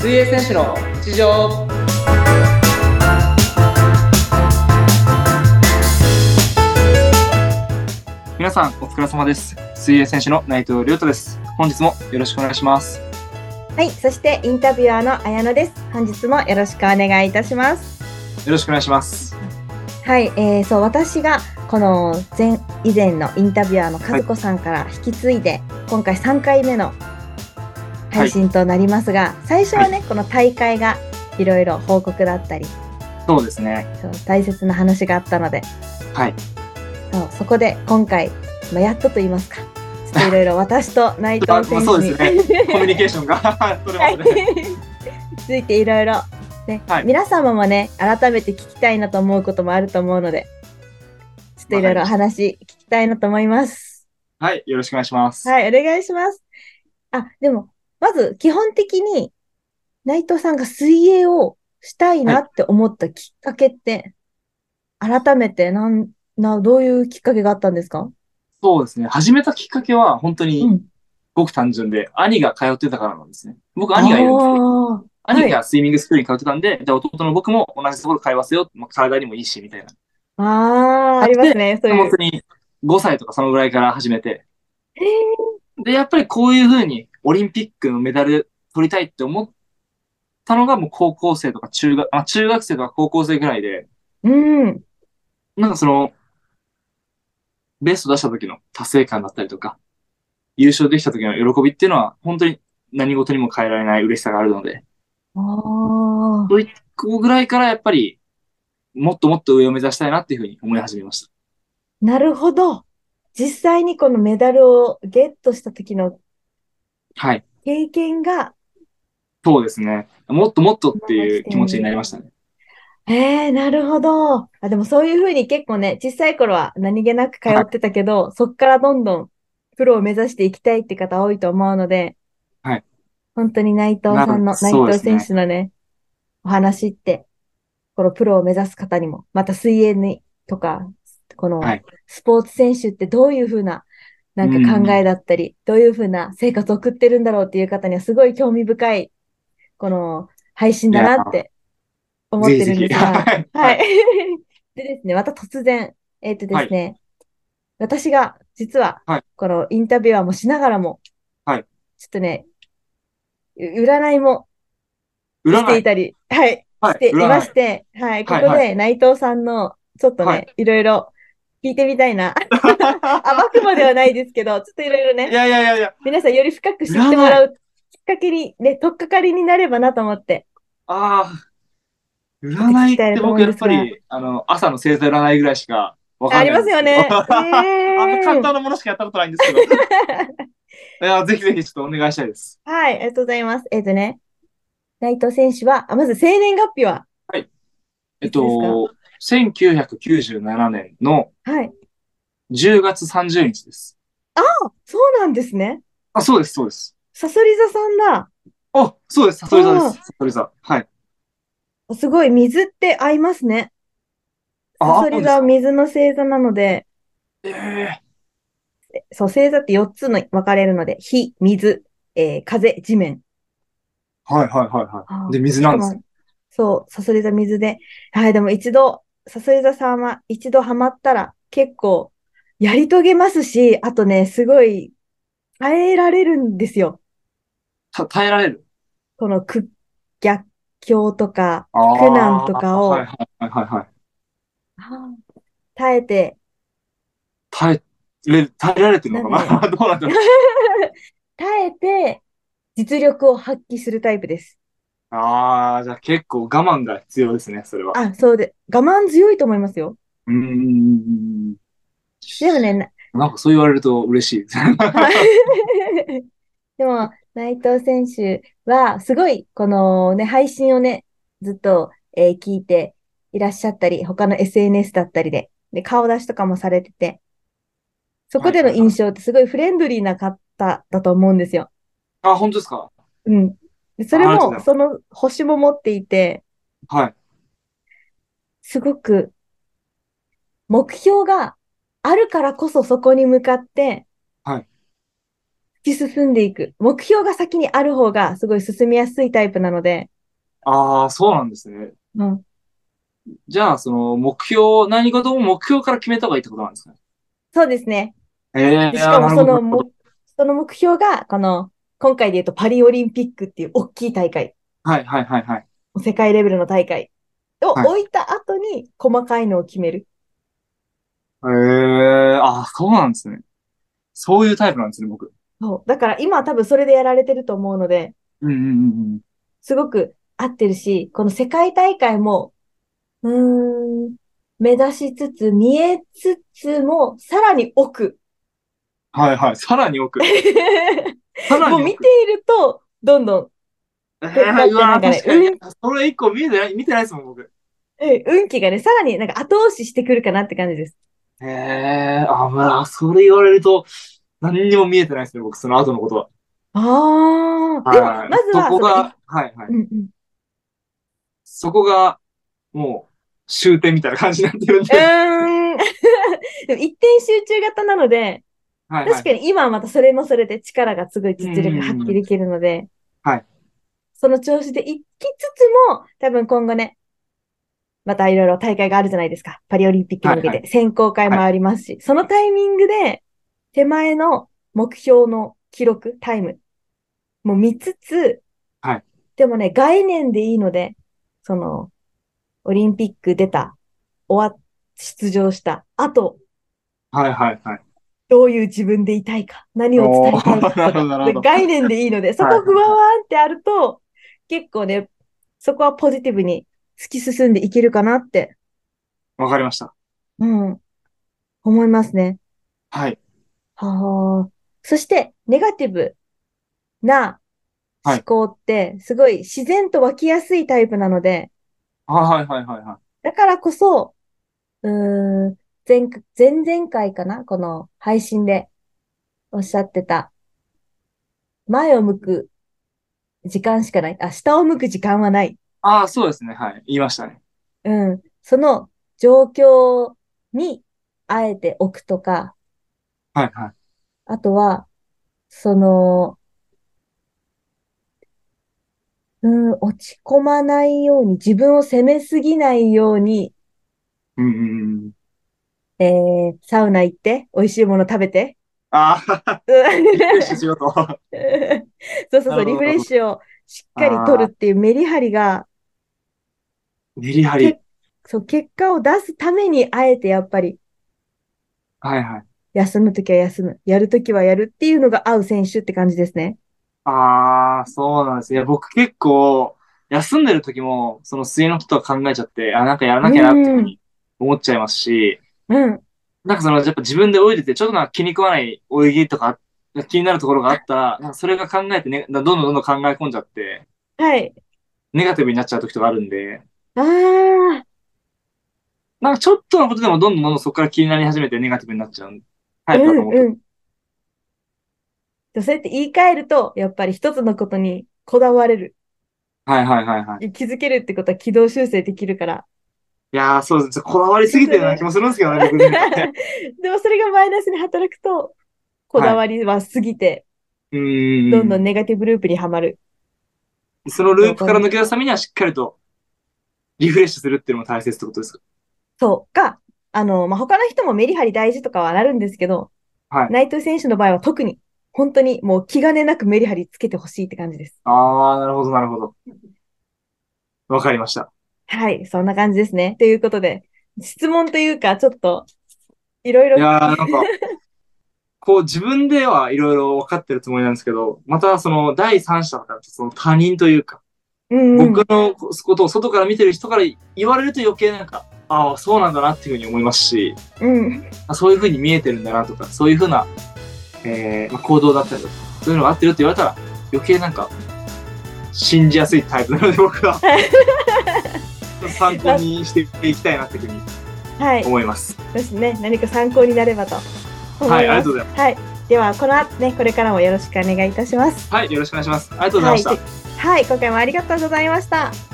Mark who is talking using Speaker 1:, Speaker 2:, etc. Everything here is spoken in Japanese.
Speaker 1: 選手の日常
Speaker 2: 皆さんお疲れ様です水泳選手の内藤亮太です本日もよろしくお願いします
Speaker 3: はい、そしてインタビュアーの綾乃です。本日もよろしくお願いいたします。
Speaker 2: よろしくお願いします
Speaker 3: はい、えー、そう私がこの前以前のインタビュアーの和子さんから引き継いで、今回3回目の配信となりますが、最初はね、この大会がいろいろ報告だったり、
Speaker 2: そうですね
Speaker 3: そう大切な話があったので、
Speaker 2: はい
Speaker 3: そうそこで今回、まあ、やっとと言いますか、ちょ っといろいろ私と内藤選手に、
Speaker 2: そうです コミュニケーションが 取れますね
Speaker 3: はい、ついていろいろ、ね
Speaker 2: はい
Speaker 3: 皆様もね改めて聞きたいなと思うこともあると思うのでちょっといろいろお
Speaker 2: わ
Speaker 3: 話聞きたいなと思います。
Speaker 2: はいよろしくお願いします
Speaker 3: はい、お願いします。あ、でも、まず基本的に内藤さんが水泳をしたいなって思ったきっかけって、改めてなんな、どういうきっかけがあったんですか
Speaker 2: そうですね始めたきっかけは本当
Speaker 3: う
Speaker 2: に
Speaker 3: ん。
Speaker 2: ごく単純で、兄が通ってたからなんですね僕兄
Speaker 3: 何
Speaker 2: がいるんですけど
Speaker 3: よ。
Speaker 2: 兄がスイミングスクールに通ってたんで、じゃあ弟の僕も同じところ通わせよう、まあ、体にもいいしみたいな
Speaker 3: あーあー、ありますね、そうい
Speaker 2: 本
Speaker 3: う
Speaker 2: 当。に5歳とかそのぐらいから始めて
Speaker 3: へー
Speaker 2: で、やっぱりこういうふうにオリンピックのメダル取りたいって思ったのがもう高校生とか中学、あ、中学生とか高校生ぐらいで、
Speaker 3: うん。
Speaker 2: なんかその、ベスト出した時の達成感だったりとか、優勝できた時の喜びっていうのは、本当に何事にも変えられない嬉しさがあるので、
Speaker 3: ああ。
Speaker 2: ここぐらいからやっぱり、もっともっと上を目指したいなっていうふうに思い始めました。
Speaker 3: なるほど。実際にこのメダルをゲットした時の
Speaker 2: はい。
Speaker 3: 経験が、
Speaker 2: そうですね。もっともっとっていう気持ちになりましたね。
Speaker 3: ええなるほど。あ、でもそういうふうに結構ね、小さい頃は何気なく通ってたけど、そっからどんどんプロを目指していきたいって方多いと思うので、
Speaker 2: はい。
Speaker 3: 本当に内藤さん
Speaker 2: な
Speaker 3: の、
Speaker 2: るそうで
Speaker 3: 内藤
Speaker 2: すね
Speaker 3: 選手のね、お話って、このプロを目指す方にも、また水泳に、とか、この
Speaker 2: はい
Speaker 3: スポーツ選手ってどういうふうな、なんか考えだったり、どういうふうな生活を送ってるんだろうっていう方にはすごい興味深い、この配信だなって思っ
Speaker 2: ぜ
Speaker 3: て
Speaker 2: ひぜ
Speaker 3: るん
Speaker 2: ひ。
Speaker 3: ですが、
Speaker 2: はい。
Speaker 3: はい。 でですね、また突然、えっ、とですね、私が実は
Speaker 2: はい、
Speaker 3: このインタビュアーもしながらも、
Speaker 2: はい
Speaker 3: ちょっとね、う占いもし
Speaker 2: 占
Speaker 3: てい
Speaker 2: い。
Speaker 3: たり、はい、
Speaker 2: はい
Speaker 3: していま
Speaker 2: 占い
Speaker 3: し。て、はい、こ
Speaker 2: はい
Speaker 3: こ
Speaker 2: は
Speaker 3: で内藤さんの、ちょっとね、、
Speaker 2: はい
Speaker 3: ろいろ聞いてみたい な、暴くまではないですけど、ちょっといろいろ
Speaker 2: い
Speaker 3: ね、
Speaker 2: やいやいやいや。
Speaker 3: 皆さんより深く知ってもらうきっかけに、ね、とっかかりになればなと思って、
Speaker 2: ああ。占いって僕やっぱ
Speaker 3: 聞きたいと思うん
Speaker 2: り、あの、朝の星座占いぐらいしかわか
Speaker 3: あ
Speaker 2: ん
Speaker 3: り
Speaker 2: ない
Speaker 3: ま
Speaker 2: ん
Speaker 3: す
Speaker 2: です
Speaker 3: よ
Speaker 2: けど。
Speaker 3: ね。え
Speaker 2: あんな
Speaker 3: ー
Speaker 2: 簡単なものしかやったことないん ですけど。いや、ぜひぜひちょっとお願いしたいです。
Speaker 3: はい、ありがとうございます。えっ、とね、内藤選手は、あまず生年月日は、
Speaker 2: えっ
Speaker 3: いつ
Speaker 2: と、1997年の
Speaker 3: はい。
Speaker 2: 10月30日です。
Speaker 3: そうなんですね。
Speaker 2: あ、そうです、そうです。
Speaker 3: さそり座さんだ。
Speaker 2: あ、そうです、サソリ座です。サソリ座。はい。
Speaker 3: すごい、水って合いますね。
Speaker 2: あ
Speaker 3: さそり座は水の星座なので、
Speaker 2: ええ
Speaker 3: そう、星座って4つの分かれるので、火、水、えー風、地面。
Speaker 2: はいはいはいは
Speaker 3: あ
Speaker 2: い。で、水なんです
Speaker 3: しかもそう、さそり座水で。はい、でも一度、さそり座さんは一度ハマったら結構やり遂げますし、あとね、すごい耐えられるんですよ。
Speaker 2: た耐えられる。
Speaker 3: この苦、逆境とか、
Speaker 2: あー
Speaker 3: 苦難とかを
Speaker 2: はいはいはいはい。
Speaker 3: 耐えて、
Speaker 2: 耐えれ、耐えられてるのかな どうなんだろう。
Speaker 3: 耐えて、実力を発揮するタイプです。
Speaker 2: ああ、じゃあ結構我慢が必要ですね、それは。
Speaker 3: あ、そうで、我慢強いと思いますよ。
Speaker 2: うーん。
Speaker 3: でもね、な
Speaker 2: なんかそう言われると嬉しい です。
Speaker 3: はいでも、内藤選手は、すごい、このね、配信をね、ずっと、えー聞いていらっしゃったり、他の SNS だったりで、で、顔出しとかもされてて、そこでの印象ってすごいフレンドリーな方だと思うんですよ。
Speaker 2: あ、本当ですか
Speaker 3: うん。でそれ
Speaker 2: ありがとうござい
Speaker 3: も、
Speaker 2: ます
Speaker 3: その星も持っていて、
Speaker 2: はい。
Speaker 3: すごく、目標があるからこそそこに向かって、
Speaker 2: はい
Speaker 3: 突き進んでいく。目標が先にある方がすごい進みやすいタイプなので、
Speaker 2: ああ、そうなんですね。
Speaker 3: うん。
Speaker 2: じゃあ、その、目標、何事も目標から決めた方がいいってことなんですかね。
Speaker 3: そうですね。
Speaker 2: ええ
Speaker 3: でしかもその、
Speaker 2: なるほど
Speaker 3: もその目標が、この、今回で言うとパリオリンピックっていう大きい大会、
Speaker 2: はいはいはいはい。
Speaker 3: 世界レベルの大会を
Speaker 2: はい
Speaker 3: 置いた後に細かいのを決める。
Speaker 2: ええああ、そうなんですね。そういうタイプなんですね、僕。
Speaker 3: そう。だから今は多分それでやられてると思うので、
Speaker 2: うんうんうんうん。
Speaker 3: すごく合ってるし、この世界大会も、うーん、目指しつつ、見えつつも、さらに奥。
Speaker 2: はいはい。さらに奥。さらに
Speaker 3: も
Speaker 2: 奥。
Speaker 3: う見ていると、どんどん、
Speaker 2: え
Speaker 3: て
Speaker 2: ーうわー
Speaker 3: だって
Speaker 2: 確かに。いうやそれ一個見えてない、見てないですもん、僕。
Speaker 3: うん運気がね、さらになんか後押ししてくるかなって感じです。
Speaker 2: ええあ、まあ、それ言われると、何にも見えてないですね、僕、その後のことは。
Speaker 3: ああ、でも、
Speaker 2: はい。
Speaker 3: まずは、
Speaker 2: そこ
Speaker 3: の
Speaker 2: が、はいはい。
Speaker 3: うんうん。
Speaker 2: そこが、もう、終点みたいな感じになってるん
Speaker 3: う
Speaker 2: で。
Speaker 3: ーん。 でも一点集中型なので、
Speaker 2: はいは
Speaker 3: 確
Speaker 2: い。
Speaker 3: かに今はまたそれもそれで力がすごい実力が発揮できるので、
Speaker 2: はい。
Speaker 3: その調子で行きつつも、多分今後ね、またいろいろ大会があるじゃないですか。パリオリンピックに向け
Speaker 2: はい
Speaker 3: て選考会もありますし、そのタイミングで手前の目標の記録、タイムも見つつ、
Speaker 2: はい
Speaker 3: でもね、概念でいいので、その、オリンピック出た、終わ、出場した、あと、
Speaker 2: はいはいはい。
Speaker 3: どういう自分でいたいか、何を伝えたいかと
Speaker 2: おーなるほどなる
Speaker 3: か、
Speaker 2: ほど
Speaker 3: 概念でいいので、そ
Speaker 2: はい
Speaker 3: こ
Speaker 2: はい
Speaker 3: ふわわーってあると、結構ね、そこはポジティブに突き進んでいけるかなって、
Speaker 2: わかりました。
Speaker 3: うん、思いますね。
Speaker 2: はい。
Speaker 3: はあ。そして、ネガティブな
Speaker 2: はい
Speaker 3: 思考って、すごい自然と湧きやすいタイプなので、
Speaker 2: はいはいはいはい。
Speaker 3: だからこそ、うーん、前、前々回かなこの配信でおっしゃってた。前を向く時間しかない。あ、下を向く時間はない。
Speaker 2: ああ、そうですね。はい。言いましたね。
Speaker 3: うん。その状況にあえて置くとか、
Speaker 2: はいはい。
Speaker 3: あとは、その、うん、落ち込まないように、自分を責めすぎないように、
Speaker 2: うんうんうん。
Speaker 3: えー、サウナ行って、美味しいもの食べて、
Speaker 2: あ あ、リフレッシュしようと。は
Speaker 3: そうそ
Speaker 2: なるほ
Speaker 3: うそう、
Speaker 2: ど
Speaker 3: リフレッシュをしっかり取るっていうメリハリが、
Speaker 2: いメリハリ。
Speaker 3: そう、結果を出すために、あえてやっぱり、
Speaker 2: はいはい。
Speaker 3: 休むときは休む、やるときはやるっていうのが合う選手って感じですね。
Speaker 2: ああ、そうなんですね。いや僕結構、休んでる時も、その水泳のことは考えちゃって、あ、なんかやらなきゃなっていうふうに思っちゃいますし、
Speaker 3: うん。
Speaker 2: なんかその、やっぱ自分で泳いでて、ちょっとなんか気に食わない泳ぎとか、気になるところがあったら、なんかそれが考えてね、どんどんどんどん考え込んじゃって、
Speaker 3: はい。
Speaker 2: ネガティブになっちゃう時とかあるんで、
Speaker 3: ああ、
Speaker 2: なんかちょっとのことでもどんどんどんどんそこから気になり始めてネガティブになっちゃうタイプだ
Speaker 3: う
Speaker 2: と思
Speaker 3: ん
Speaker 2: って。
Speaker 3: うん。そうやって言い換えると、やっぱり一つのことにこだわれる、
Speaker 2: はいはいはいはい。
Speaker 3: 気づけるってことは軌道修正できるから。
Speaker 2: いやー、そうです。こだわりすぎてるような気もするんですけどね、僕 ね。
Speaker 3: でもそれがマイナスに働くと、こだわりは過ぎて、
Speaker 2: うーん。
Speaker 3: どんどんネガティブループにはまる。
Speaker 2: そのループから抜け出すためにはしっかりとリフレッシュするっていうのも大切ってことですか
Speaker 3: そう。か、あの、まあ、他の人もメリハリ大事とかはなるんですけど、
Speaker 2: はい
Speaker 3: 内藤選手の場合は特に、本当にもう気兼ねなくメリハリつけてほしいって感じです。
Speaker 2: ああ、なるほど、なるほど。わかりました。
Speaker 3: はい、そんな感じですね。ということで、質問というか、ちょっと、いろい
Speaker 2: い
Speaker 3: ろ、
Speaker 2: やー、なん か、こう自分ではいろいろ分かってるつもりなんですけど、またその第三者だから、その他人というか、
Speaker 3: うんうん、
Speaker 2: 僕のことを外から見てる人から言われると余計なんか、ああ、そうなんだなっていうふうに思いますし、
Speaker 3: うん、
Speaker 2: あそういうふうに見えてるんだなとか、そういうふうな、えーまあ行動だったりとか、そういうのが合ってるって言われたら、余計なんか、信じやすいタイプなので、僕 は。参考にしていきたいなっていうふうに
Speaker 3: はい、
Speaker 2: 思います。
Speaker 3: ですね、何か参考になればと思います。
Speaker 2: はい、ありがとうございま
Speaker 3: はい、では、この後ね、これからもよろしくお願いいたします。
Speaker 2: す。はい、よろしくお願いします。ありがとうございました。
Speaker 3: はい、はい、今回もありがとうございました。